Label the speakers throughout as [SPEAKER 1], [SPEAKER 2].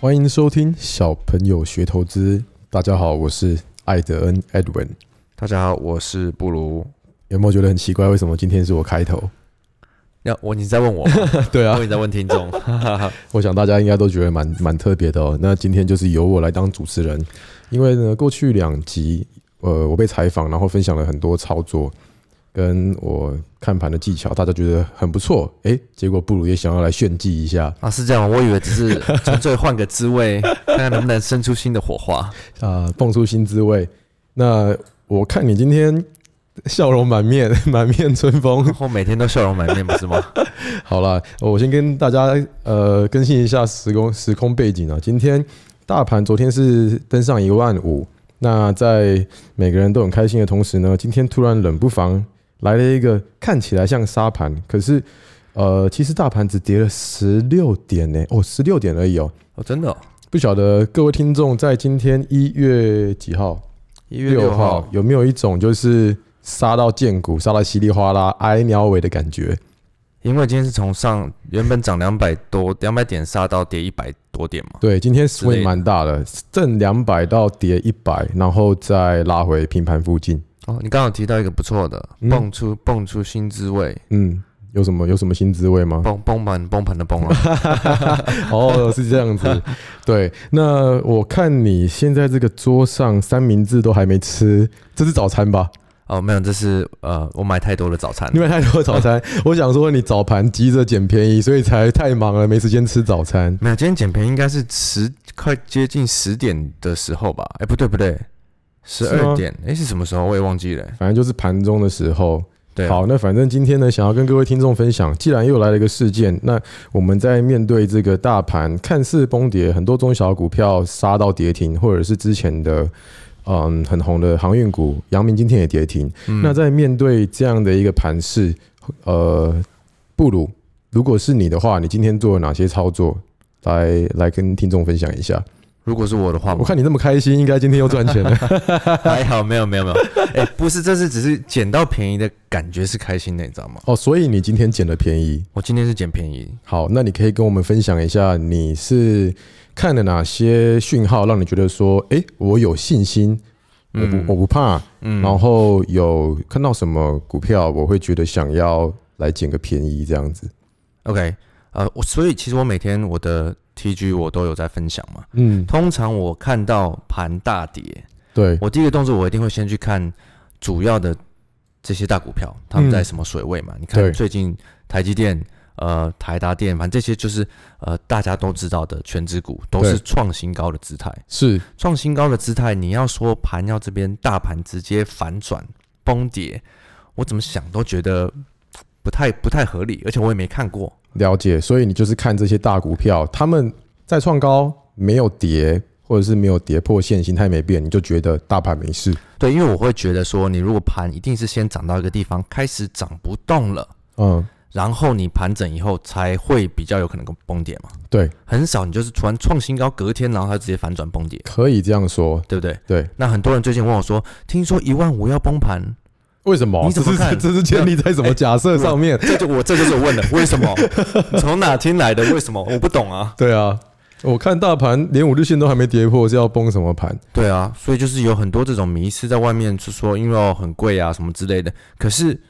[SPEAKER 1] 欢迎收听小朋友学投资。大家好，我是艾德恩 Edwin。
[SPEAKER 2] 大家好，我是布鲁。
[SPEAKER 1] 有没有觉得很奇怪？为什么今天是我开头？
[SPEAKER 2] 要我你在问我吗，
[SPEAKER 1] 对
[SPEAKER 2] 我
[SPEAKER 1] 啊，
[SPEAKER 2] 你在问听众。
[SPEAKER 1] 我想大家应该都觉得蛮蛮特别的哦。那今天就是由我来当主持人，因为呢，过去两集呃，我被采访，然后分享了很多操作跟我看盘的技巧，大家觉得很不错。诶，结果布鲁也想要来炫技一下
[SPEAKER 2] 啊，是这样，我以为只是纯粹换个滋 味，看看能不能生出新的火花。
[SPEAKER 1] 啊、蹦出新滋味。那我看你今天笑容满面， 满面春风
[SPEAKER 2] 然，后每天都笑容满面，不是吗？
[SPEAKER 1] 好啦，我先跟大家呃更新一下时空时空背景啊。今天大盘昨天是登上一万五，那在每个人都很开心的同时呢，今天突然冷不防来了一个看起来像沙盘，可是呃其实大盘只跌了十六点呢、哦十六点而已哦。
[SPEAKER 2] 哦，真的哦、
[SPEAKER 1] 不晓得各位听众在今天一月几号
[SPEAKER 2] 一月六号
[SPEAKER 1] 号，有没有一种就是杀到见骨、杀到稀里哗啦、挨鸟尾的感觉？
[SPEAKER 2] 因为今天是从上原本涨两百多，两百点杀到跌一百多点嘛。
[SPEAKER 1] 对，今天
[SPEAKER 2] 之类
[SPEAKER 1] swing
[SPEAKER 2] 的
[SPEAKER 1] 蛮大的，正两百到跌一百，然后再拉回平盘附近。
[SPEAKER 2] 哦，你刚刚有提到一个不错的，
[SPEAKER 1] 嗯
[SPEAKER 2] 蹦出蹦出新滋味，
[SPEAKER 1] 嗯，有什么有什么新滋味吗？
[SPEAKER 2] 蹦蹦盘蹦盘的蹦 啊。
[SPEAKER 1] 哦，是这样子。 对，那我看你现在这个桌上三明治都还没吃，这是早餐 吧？
[SPEAKER 2] 哦，没有，这是呃，我买太多的早餐
[SPEAKER 1] 你。买太多早餐，我想说你早盘急着捡便宜，所以才太忙了，没时间吃早餐。
[SPEAKER 2] 没有，今天捡便宜应该是十快接近十点的时候吧？哎、不对不对，十
[SPEAKER 1] 是吗
[SPEAKER 2] 二点，哎、是什么时候？我也忘记了、
[SPEAKER 1] 反正就是盘中的时候，
[SPEAKER 2] 对，，
[SPEAKER 1] 好，那反正今天呢，想要跟各位听众分享，既然又来了一个事件，那我们在面对这个大盘看似崩跌，很多中小股票杀到跌停，或者是之前的嗯很红的航运股，阳明今天也跌停。
[SPEAKER 2] 嗯
[SPEAKER 1] 那在面对这样的一个盘势，呃，布鲁，如果是你的话，你今天做了哪些操作？来来跟听众分享一下。
[SPEAKER 2] 如果是我的话
[SPEAKER 1] 我，看你那么开心，应该今天又赚钱了。
[SPEAKER 2] 还好，没有没有没有，哎、不是，这是只是捡到便宜的感觉是开心的，你知道吗？
[SPEAKER 1] 哦，所以你今天捡了便宜。
[SPEAKER 2] 我今天是捡便宜，
[SPEAKER 1] 好，那你可以跟我们分享一下，你是看了哪些讯号，让你觉得说，诶，我有信心，我不、
[SPEAKER 2] 嗯
[SPEAKER 1] 我不怕，
[SPEAKER 2] 嗯，
[SPEAKER 1] 然后有看到什么股票，我会觉得想要来捡个便宜这样子。
[SPEAKER 2] OK，呃，我所以其实我每天我的 TG 我都有在分享嘛。
[SPEAKER 1] 嗯，
[SPEAKER 2] 通常我看到盘大跌，
[SPEAKER 1] 对，
[SPEAKER 2] 我第一个动作，我一定会先去看主要的这些大股票，他们
[SPEAKER 1] 嗯
[SPEAKER 2] 在什么水位嘛？你
[SPEAKER 1] 对
[SPEAKER 2] 看最近台积电、呃台达电，反正这些就是呃大家都知道的全指股，都
[SPEAKER 1] 对
[SPEAKER 2] 是创新高的姿态。
[SPEAKER 1] 是，
[SPEAKER 2] 创新高的姿态，你要说盘要这边大盘直接反转崩跌，我怎么想都觉得不太不太合理，而且我也没看过。
[SPEAKER 1] 了解。所以你就是看这些大股票，他们在创高没有跌，或者是没有跌破线，形态没变，你就觉得大盘没事。
[SPEAKER 2] 对，因为我会觉得说，你如果盘一定是先涨到一个地方，开始涨不动了。
[SPEAKER 1] 嗯，
[SPEAKER 2] 然后你盘整以后才会比较有可能崩跌嘛。
[SPEAKER 1] 对，
[SPEAKER 2] 很少你就是突然创新高，隔天然后它直接反转崩跌，
[SPEAKER 1] 可以这样说。
[SPEAKER 2] 对不对？
[SPEAKER 1] 对，
[SPEAKER 2] 那很多人最近问我说，听说一万五要崩盘，
[SPEAKER 1] 为什么？
[SPEAKER 2] 你怎么
[SPEAKER 1] 这是
[SPEAKER 2] 看
[SPEAKER 1] 这是建立在什么假设上面？
[SPEAKER 2] 这就我这就是我问的，为什么？你从哪听来的？为什么？我不懂啊。
[SPEAKER 1] 对啊，我看大盘连五日线都还没跌破，是要崩什么盘？
[SPEAKER 2] 对啊，所以就是有很多这种迷失在外面，就说因为哦很贵啊什么之类的。可是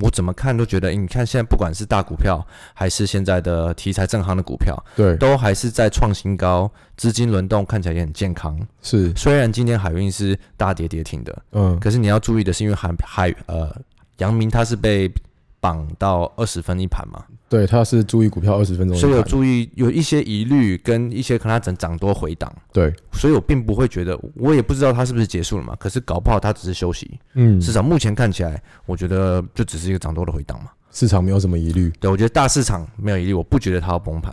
[SPEAKER 2] 我怎么看都觉得，诶你看现在不管是大股票还是现在的题材正行的股票，
[SPEAKER 1] 对，
[SPEAKER 2] 都还是在创新高，资金轮动看起来也很健康。
[SPEAKER 1] 是，
[SPEAKER 2] 虽然今天海运是大跌跌停的，
[SPEAKER 1] 嗯，
[SPEAKER 2] 可是你要注意的是，因为海海呃，阳明它是被绑到二十分一盘嘛，
[SPEAKER 1] 对，它是注意股票二十分钟
[SPEAKER 2] 所以
[SPEAKER 1] 的
[SPEAKER 2] 有
[SPEAKER 1] 盘，
[SPEAKER 2] 注意有一些疑虑跟一些可能它整涨多回档，
[SPEAKER 1] 对，
[SPEAKER 2] 所以我并不会觉得，我也不知道它是不是结束了嘛，可是搞不好它只是休息，
[SPEAKER 1] 嗯，
[SPEAKER 2] 至少目前看起来，我觉得就只是一个涨多的回档嘛。
[SPEAKER 1] 市场没有什么疑虑，
[SPEAKER 2] 对，我觉得大市场没有疑虑，我不觉得它要崩盘。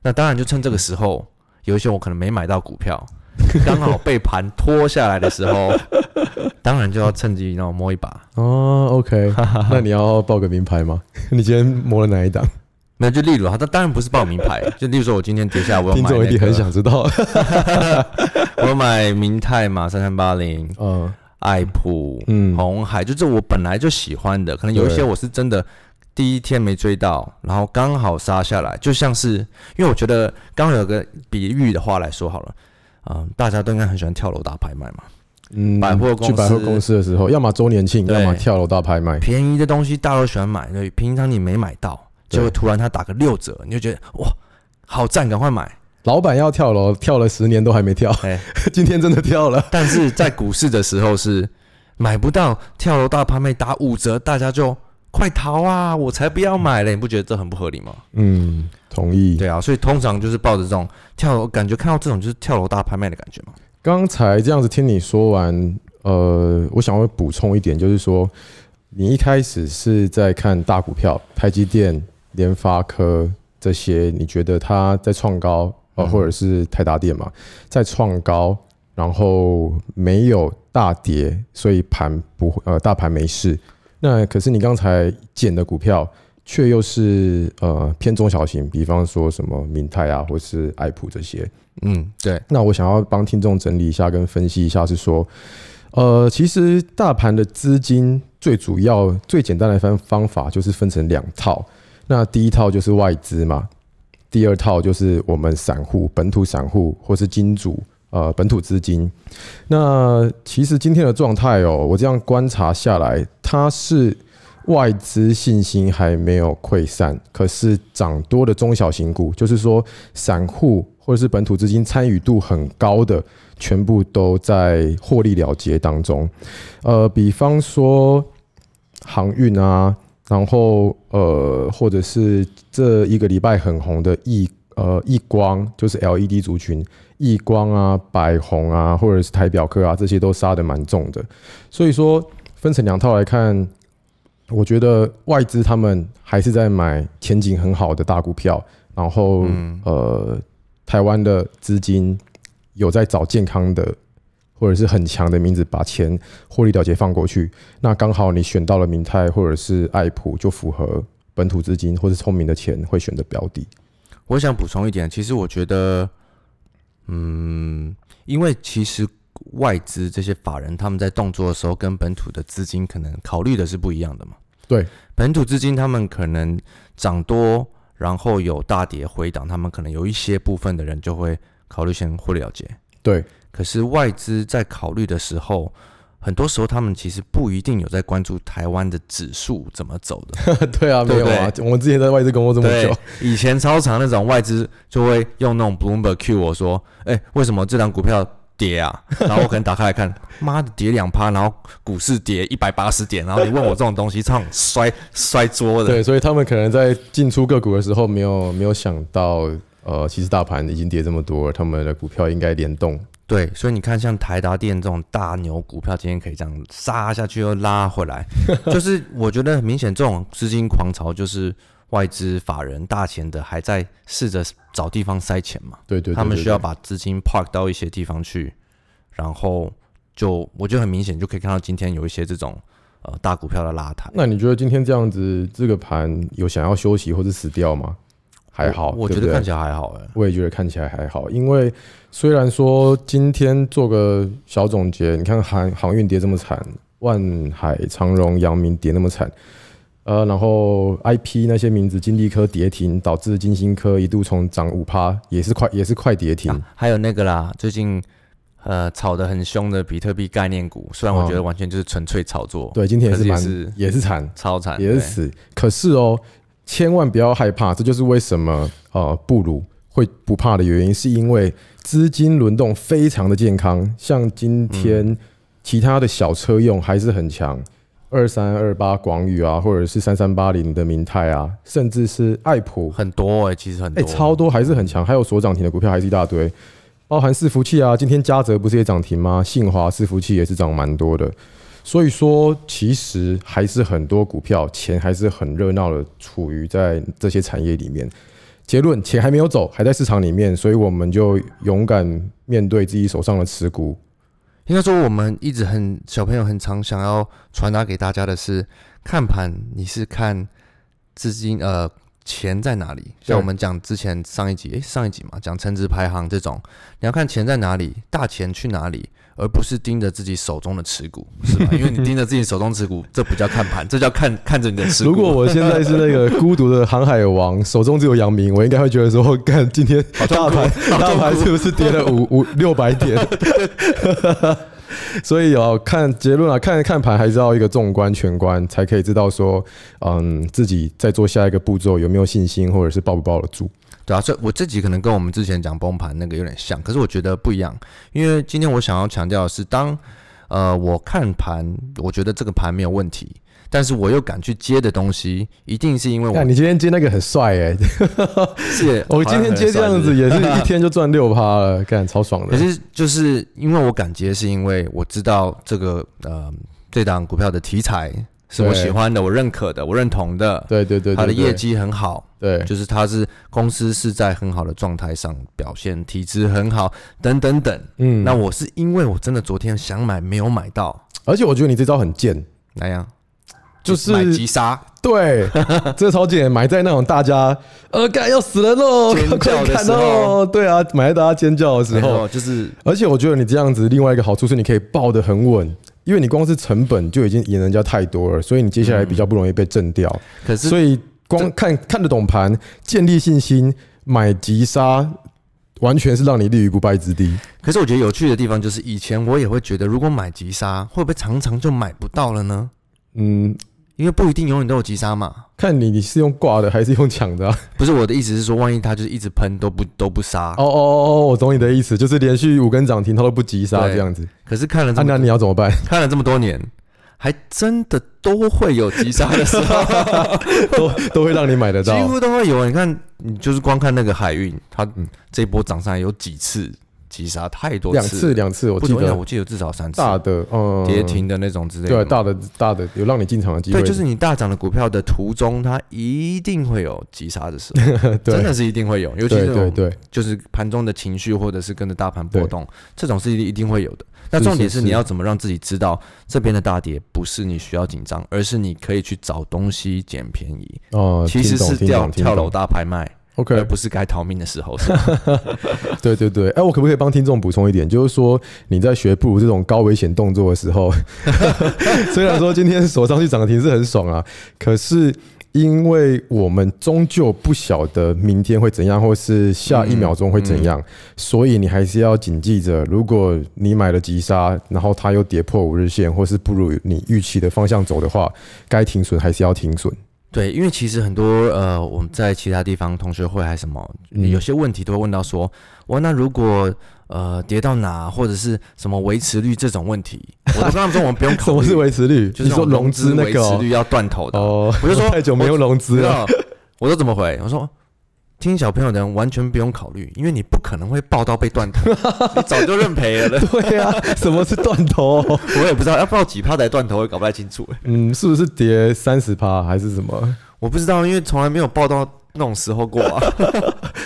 [SPEAKER 2] 那当然，就趁这个时候，有一些我可能没买到股票，刚好被盘拖下来的时候， 当然就要趁机然后摸一把。
[SPEAKER 1] 哦，OK，那 你要报个名牌吗？ 你今天摸了哪一档？
[SPEAKER 2] 那就例如啊，它当然不是报名牌，就例如说我今天跌下来，我要
[SPEAKER 1] 听
[SPEAKER 2] 买、那
[SPEAKER 1] 众
[SPEAKER 2] 个，
[SPEAKER 1] 一定很想知 道，
[SPEAKER 2] 我要买明泰嘛，三三八零、
[SPEAKER 1] 嗯
[SPEAKER 2] 爱普、
[SPEAKER 1] 嗯，
[SPEAKER 2] 红海，就这我本来就喜欢的，可能有一些
[SPEAKER 1] 对
[SPEAKER 2] 我是真的第一天没追到，然后刚好杀下来，就像是因为我觉得刚好有个比喻的话来说好了，啊、大家都应该很喜欢跳楼打拍卖嘛，
[SPEAKER 1] 嗯，
[SPEAKER 2] 百货公司
[SPEAKER 1] 去百货公司的时候，要么周年庆，
[SPEAKER 2] 对
[SPEAKER 1] 要么跳楼大拍卖，
[SPEAKER 2] 便宜的东西大家都喜欢买，所以平常你没买到，
[SPEAKER 1] 对
[SPEAKER 2] 结果突然他打个六折，你就觉得哇，好赞，赶快买。
[SPEAKER 1] 老板要跳楼，跳了十年都还没跳，
[SPEAKER 2] 哎
[SPEAKER 1] 今天真的跳了。
[SPEAKER 2] 但是在股市的时候是买不到跳楼大拍卖打五折，大家就快逃啊！我才不要买嘞，你不觉得这很不合理吗？
[SPEAKER 1] 嗯，同意。
[SPEAKER 2] 对啊，所以通常就是抱着这种跳楼，感觉看到这种就是跳楼大拍卖的感觉嘛。
[SPEAKER 1] 刚才这样子听你说完，呃，我想要补充一点，就是说，你一开始是在看大股票，台积电、联发科这些，你觉得它在创高，呃，
[SPEAKER 2] 嗯
[SPEAKER 1] 或者是台达电嘛，在创高，然后没有大跌，所以盘不呃大盘没事。那可是你刚才捡的股票，却又是呃偏中小型，比方说什么明泰啊，或是爱普这些。
[SPEAKER 2] 嗯，对，
[SPEAKER 1] 那我想要帮听众整理一下跟分析一下，是说，呃，其实大盘的资金最主要、最简单的方方法就是分成两套。那第一套就是外资嘛，第二套就是我们散户、本土散户或是金主。呃，本土资金，那其实今天的状态哦，我这样观察下来，它是外资信心还没有溃散，可是涨多的中小型股，就是说散户或者是本土资金参与度很高的，全部都在获利了结当中。呃，比方说航运啊，然后呃，或者是这一个礼拜很红的易呃易光，就是 LED 族群，易光啊、百宏啊，或者是台表科啊，这些都杀的蛮重的。所以说，分成两套来看。我觉得外资他们还是在买前景很好的大股票，然后
[SPEAKER 2] 嗯，
[SPEAKER 1] 呃，台湾的资金有在找健康的或者是很强的名字，把钱获利了结放过去。那刚好你选到了明泰或者是爱普，就符合本土资金或是聪明的钱会选的标的。
[SPEAKER 2] 我想补充一点，其实我觉得，嗯，因为其实外资这些法人他们在动作的时候，跟本土的资金可能考虑的是不一样的嘛。
[SPEAKER 1] 对，
[SPEAKER 2] 本土资金他们可能涨多，然后有大跌回档，他们可能有一些部分的人就会考虑先获利了结。
[SPEAKER 1] 对，
[SPEAKER 2] 可是外资在考虑的时候，很多时候他们其实不一定有在关注台湾的指数怎么走的。
[SPEAKER 1] 对啊，没
[SPEAKER 2] 对不
[SPEAKER 1] 有啊，我们之前在外资工作这么
[SPEAKER 2] 对
[SPEAKER 1] 久，，
[SPEAKER 2] 以前超常那种外资就会用那种 Bloomberg Q 我说，哎、为什么这档股票跌啊？ 然后我可能打开来看，妈的跌两趴，然后股市跌一百八十点，然后你问我这种东西，这种 摔 摔桌的，
[SPEAKER 1] 对，所以他们可能在进出个股的时候，没有没有想到，呃，其实大盘已经跌这么多了，他们的股票应该联动。
[SPEAKER 2] 对，所以你看，像台达电这种大牛股票，今天可以这样杀下去又拉回 来，就是我觉得很明显，这种资金狂潮就是外资法人大钱的还在试着找地方塞钱嘛，
[SPEAKER 1] 对对对
[SPEAKER 2] 他们
[SPEAKER 1] 对
[SPEAKER 2] 需要
[SPEAKER 1] 对
[SPEAKER 2] 把资金 park 到一些地方去，然后就我觉得很明显就可以看到今天有一些这种呃大股票的拉抬。
[SPEAKER 1] 那你觉得今天这样子，这个盘有想要休息或是死掉吗？还好，
[SPEAKER 2] 我我觉
[SPEAKER 1] 对不
[SPEAKER 2] 得
[SPEAKER 1] 对
[SPEAKER 2] 看起来还好哎、
[SPEAKER 1] 我也觉得看起来还好，因为虽然说今天做个小总结，你看航航运跌这么惨，万海、长荣、阳明跌那么惨，呃，然后 IP 那些名字，金利科跌停，导致金星科一度从涨五趴，也是快也是快跌停。
[SPEAKER 2] 啊还有那个啦，最近呃炒得很凶的比特币概念股，虽然我觉得完全就是纯粹炒作，
[SPEAKER 1] 嗯对，今天也
[SPEAKER 2] 可
[SPEAKER 1] 是
[SPEAKER 2] 是也
[SPEAKER 1] 蛮
[SPEAKER 2] 是
[SPEAKER 1] 也是惨，
[SPEAKER 2] 超惨，
[SPEAKER 1] 也是
[SPEAKER 2] 对
[SPEAKER 1] 死。可是哦，千万不要害怕，这就是为什么呃布鲁会不怕的原因，是因为资金轮动非常的健康。像今天其他的小车用还是很强，二三二八广宇啊，或者是三三八零的明泰啊，甚至是爱普，
[SPEAKER 2] 很多哎、其实很
[SPEAKER 1] 哎、
[SPEAKER 2] 多，
[SPEAKER 1] 超多还是很强，还有所涨停的股票还是一大堆。包含伺服器啊，今天嘉泽不是也涨停吗？信华伺服器也是涨蛮多的。所以说，其实还是很多股票钱还是很热闹的，处于在这些产业里面。结论，钱还没有走，还在市场里面，所以我们就勇敢面对自己手上的持股。
[SPEAKER 2] 应该说，我们一直很小朋友很常想要传达给大家的是，看盘你是看资金呃钱在哪里。像我们讲之前上一集，诶、上一集嘛，讲称值排行这种，你要看钱在哪里，大钱去哪里，而不是盯着自己手中的持股，是吧？因为你盯着自己手中持股，这不叫看盘，这叫看看着你的持 股。
[SPEAKER 1] 如果我现在是那个孤独的航海王，手中只有阳明，我应该会觉得说，干今 天大盘大盘是不是跌了五五六百点？所以要、看结论啊，看看盘还是要一个纵观全观，才可以知道说，嗯，自己在做下一个步骤有没有信心，或者是抱不抱得住。
[SPEAKER 2] 对啊，所以我这集可能跟我们之前讲崩盘那个有点像，可是我觉得不一样，因为今天我想要强调的是，当呃我看盘，我觉得这个盘没有问题，但是我又敢去接的东西，一定是因为
[SPEAKER 1] 那
[SPEAKER 2] 我
[SPEAKER 1] 你今天接那个很帅 哎、
[SPEAKER 2] 是
[SPEAKER 1] 我今天接这样子也是一天就赚六趴了，干超爽
[SPEAKER 2] 可
[SPEAKER 1] 的。
[SPEAKER 2] 是就是因为我敢接，是因为我知道这个呃这档股票的题材是我
[SPEAKER 1] 对
[SPEAKER 2] 喜欢的，我认可的，我认同的，
[SPEAKER 1] 对对对对，
[SPEAKER 2] 它的
[SPEAKER 1] 对
[SPEAKER 2] 业绩很好，
[SPEAKER 1] 对
[SPEAKER 2] 就是它是公司是在很好的状态上表现，体质很好，等等等。
[SPEAKER 1] 嗯，
[SPEAKER 2] 那我是因为我真的昨天想买没有买到，
[SPEAKER 1] 而且我觉得你这招很贱，
[SPEAKER 2] 那样
[SPEAKER 1] 就是
[SPEAKER 2] 买急杀，
[SPEAKER 1] 对，这超级买在那种大家呃，干要死人喽，
[SPEAKER 2] 尖
[SPEAKER 1] 快快
[SPEAKER 2] 叫的
[SPEAKER 1] 看
[SPEAKER 2] 时
[SPEAKER 1] 哦，
[SPEAKER 2] 候
[SPEAKER 1] 对啊，买在大家尖叫的时
[SPEAKER 2] 然
[SPEAKER 1] 候
[SPEAKER 2] 后。就是
[SPEAKER 1] 而且我觉得你这样子，另外一个好处是你可以抱得很稳，因为你光是成本就已经赢人家太多了，所以你接下来比较不容易被震掉。
[SPEAKER 2] 可是
[SPEAKER 1] 所以光看看得懂盘，建立信心，买急杀，完全是让你立于不败之地。
[SPEAKER 2] 可是我觉得有趣的地方就是，以前我也会觉得，如果买急杀，会不会常常就买不到了呢？
[SPEAKER 1] 嗯，
[SPEAKER 2] 因为不一定永远都有急杀嘛。
[SPEAKER 1] 看你你是用挂的还是用抢的啊、
[SPEAKER 2] 不是我的意思是说，万一它就是一直喷都不都不杀，
[SPEAKER 1] 哦哦哦哦，我懂你的意思，就是连续五根涨停它都不急杀
[SPEAKER 2] 对
[SPEAKER 1] 这样子。
[SPEAKER 2] 可是看了
[SPEAKER 1] 啊
[SPEAKER 2] 这么、
[SPEAKER 1] 那你要怎么办？
[SPEAKER 2] 看了这么多年，还真的都会有急杀的时 候，
[SPEAKER 1] 都都会让你买得
[SPEAKER 2] 几
[SPEAKER 1] 到。
[SPEAKER 2] 乎都会有。你看，你就是光看那个海运，它嗯这一波涨上来有几次急杀，太多
[SPEAKER 1] 两
[SPEAKER 2] 次
[SPEAKER 1] 次
[SPEAKER 2] 了，
[SPEAKER 1] 两次，我
[SPEAKER 2] 不
[SPEAKER 1] 记
[SPEAKER 2] 止我想
[SPEAKER 1] 得
[SPEAKER 2] 我记得有至少三次
[SPEAKER 1] 大的嗯
[SPEAKER 2] 跌，停的那种之类的
[SPEAKER 1] 对啊
[SPEAKER 2] 嘛。
[SPEAKER 1] 大的大的有让你进场的机会，
[SPEAKER 2] 对，就是你大涨的股票的途中，它一定会有急杀的时候，
[SPEAKER 1] 对
[SPEAKER 2] 真的是一定 会有，尤其
[SPEAKER 1] 对
[SPEAKER 2] 是
[SPEAKER 1] 对
[SPEAKER 2] 那种
[SPEAKER 1] 对
[SPEAKER 2] 就是盘中的情绪，或者是跟着大盘
[SPEAKER 1] 对
[SPEAKER 2] 波动，这种是一定会有的。那
[SPEAKER 1] 是
[SPEAKER 2] 重点
[SPEAKER 1] 是
[SPEAKER 2] 是你
[SPEAKER 1] 是
[SPEAKER 2] 要怎么让自己知道这边的大跌不是你需要紧张，而是你可以去找东西捡便宜，
[SPEAKER 1] 哦，
[SPEAKER 2] 其实
[SPEAKER 1] 听懂
[SPEAKER 2] 是
[SPEAKER 1] 听
[SPEAKER 2] 掉
[SPEAKER 1] 懂听
[SPEAKER 2] 跳
[SPEAKER 1] 懂
[SPEAKER 2] 楼大拍卖，而
[SPEAKER 1] OK，
[SPEAKER 2] 不是该逃命的时候。是吧
[SPEAKER 1] 对对对，哎，我可不可以帮听众补充一点？就是说你在学布鲁这种高危险动作的时 候，虽然说今天手上去涨停是很爽啊，可是因为我们终究不晓得明天会怎样，或是下一秒钟会怎
[SPEAKER 2] 嗯
[SPEAKER 1] 样，所以你还是要谨记着，如果你买了急杀，然后它又跌破五日线，或是不如你预期的方向走的话，该停损还是要停损。
[SPEAKER 2] 对，因为其实很多呃，我们在其他地方同学会还什么，
[SPEAKER 1] 嗯
[SPEAKER 2] 有些问题都会问到说，哇，那如果呃跌到哪，或者是什么维持率这种问题，我都跟他们说我们不用
[SPEAKER 1] 什
[SPEAKER 2] 考
[SPEAKER 1] 么
[SPEAKER 2] 虑，
[SPEAKER 1] 是维持率？
[SPEAKER 2] 就是
[SPEAKER 1] 你说
[SPEAKER 2] 那种
[SPEAKER 1] 融资那
[SPEAKER 2] 维
[SPEAKER 1] 个
[SPEAKER 2] 持
[SPEAKER 1] 哦
[SPEAKER 2] 率要断头的。
[SPEAKER 1] 哦，啊
[SPEAKER 2] 我就说
[SPEAKER 1] 太久没有融资了。
[SPEAKER 2] 道，我都怎么回？我说听小朋友的人完全不用考虑，因为你不可能会报到被断头， 你早就认赔了。
[SPEAKER 1] 对啊，什么是断头？
[SPEAKER 2] 我也不知道要报几趴才断头，我也搞不太清楚。
[SPEAKER 1] 嗯，是不是跌三十趴还是什么？
[SPEAKER 2] 我不知道，因为从来没有报到那种时候过啊。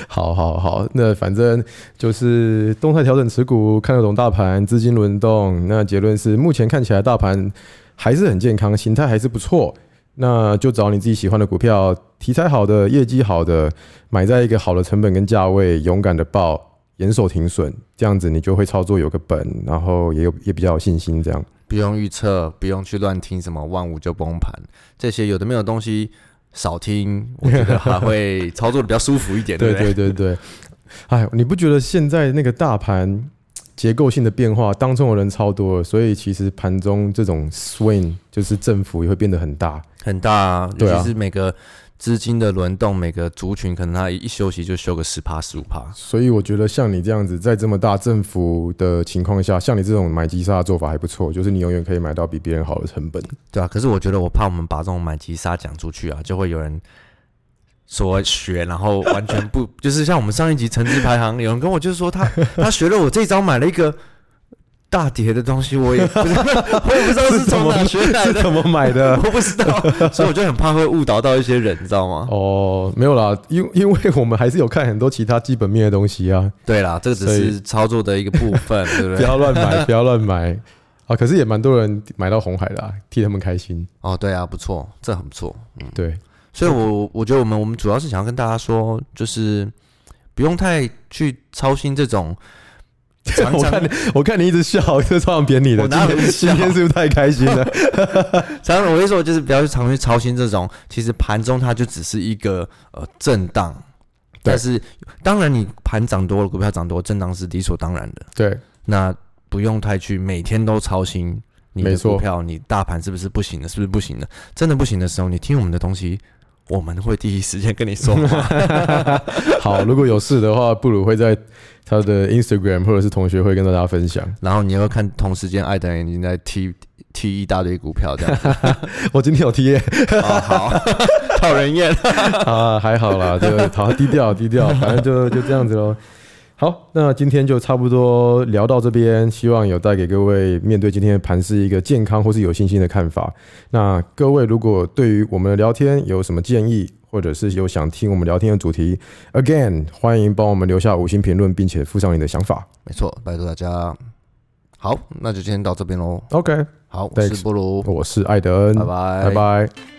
[SPEAKER 1] 好好好，那反正就是动态调整持股，看得懂大盘，资金轮动。那结论是，目前看起来大盘还是很健康，形态还是不错。那就找你自己喜欢的股票，题材好的，业绩好的，买在一个好的成本跟价位，勇敢的报，严守停损，这样子你就会操作有个本，然后也有也比较有信心这样。
[SPEAKER 2] 不用预测，不用去乱听什么万物就崩盘这些有的没有的东西。少听，我觉得还会操作的比较舒服一点，对
[SPEAKER 1] 对
[SPEAKER 2] 不对？
[SPEAKER 1] 对对对， 哎，你不觉得现在那个大盘结构性的变化，当中的人超多了，所以其实盘中这种 swing 就是振幅也会变得很大。
[SPEAKER 2] 很大、啊，
[SPEAKER 1] 对啊
[SPEAKER 2] 尤其是每个资金的轮动，每个族群可能他一一休息就休个十趴、十五趴，
[SPEAKER 1] 所以我觉得像你这样子，在这么大振幅的情况下，像你这种买急杀的做法还不错，就是你永远可以买到比别人好的成本。
[SPEAKER 2] 对啊，可是我觉得我怕我们把这种买急杀讲出去啊，就会有人说学，然后完全 不就是像我们上一集成绩排行，有人跟我就是说他他学了我这一招买了一个大跌的东西，我也不知道 我也不知道是从哪学 来
[SPEAKER 1] 是
[SPEAKER 2] 的，
[SPEAKER 1] 怎么买的？
[SPEAKER 2] 我不知道，所以我就很怕会误导到一些人，你知道吗？
[SPEAKER 1] 哦，没有啦，因因为我们还是有看很多其他基本面的东西啊，
[SPEAKER 2] 对啦，这个只
[SPEAKER 1] 所以啊
[SPEAKER 2] 是操作的一个部 分，对不
[SPEAKER 1] 不
[SPEAKER 2] 对？
[SPEAKER 1] 要乱 买，不要乱买啊！可是也蛮多人买到红海的、啊，替他们开心。
[SPEAKER 2] 哦，对啊，不错，这很不错。
[SPEAKER 1] 对，
[SPEAKER 2] 所以我，我觉得我们我们主 要是想要跟大家说，就是不用太去操心这种常
[SPEAKER 1] 我
[SPEAKER 2] 常
[SPEAKER 1] 看你， 我看你一直笑，这超想扁你的。
[SPEAKER 2] 我
[SPEAKER 1] 今
[SPEAKER 2] 哪有
[SPEAKER 1] 天
[SPEAKER 2] 笑
[SPEAKER 1] 今天是不是太开心 了？
[SPEAKER 2] 常常我会说，就是不要去常去操心这种，其实盘中它就只是一个呃震荡，但是当然你盘涨多了，股票涨多，震荡是理所当然的，
[SPEAKER 1] 对，
[SPEAKER 2] 那不用太去每天都操心你
[SPEAKER 1] 没
[SPEAKER 2] 的
[SPEAKER 1] 错
[SPEAKER 2] 股票，你大盘是不是不行了，是不是不行了？真的不行的时候，你听我们的东西，我们会第一时间跟你说 话。
[SPEAKER 1] 好，如果有事的话，布鲁会在他的 Instagram 或者是同学会跟大家分享。
[SPEAKER 2] 然后你又看同时间，艾德已经在踢踢一大堆股票，这样子、
[SPEAKER 1] 我今天有 T A
[SPEAKER 2] 哦、好讨人厌。
[SPEAKER 1] 啊，还好啦，这个好低调低 调，反正就就这样子喽。好，那今天就差不多聊到这边，希望有带给各位面对今天的盘市一个健康或是有信心的看法。那各位如果对于我们的聊天有什么建议，或者是有想听我们聊天的主题，again 欢迎帮我们留下五星评论，并且附上你的想法。
[SPEAKER 2] 没错，拜托大家。好，那就今天到这边喽。
[SPEAKER 1] OK，
[SPEAKER 2] 好，我是
[SPEAKER 1] Thanks
[SPEAKER 2] 菠萝，
[SPEAKER 1] 我是艾德恩，
[SPEAKER 2] 拜拜，
[SPEAKER 1] 拜拜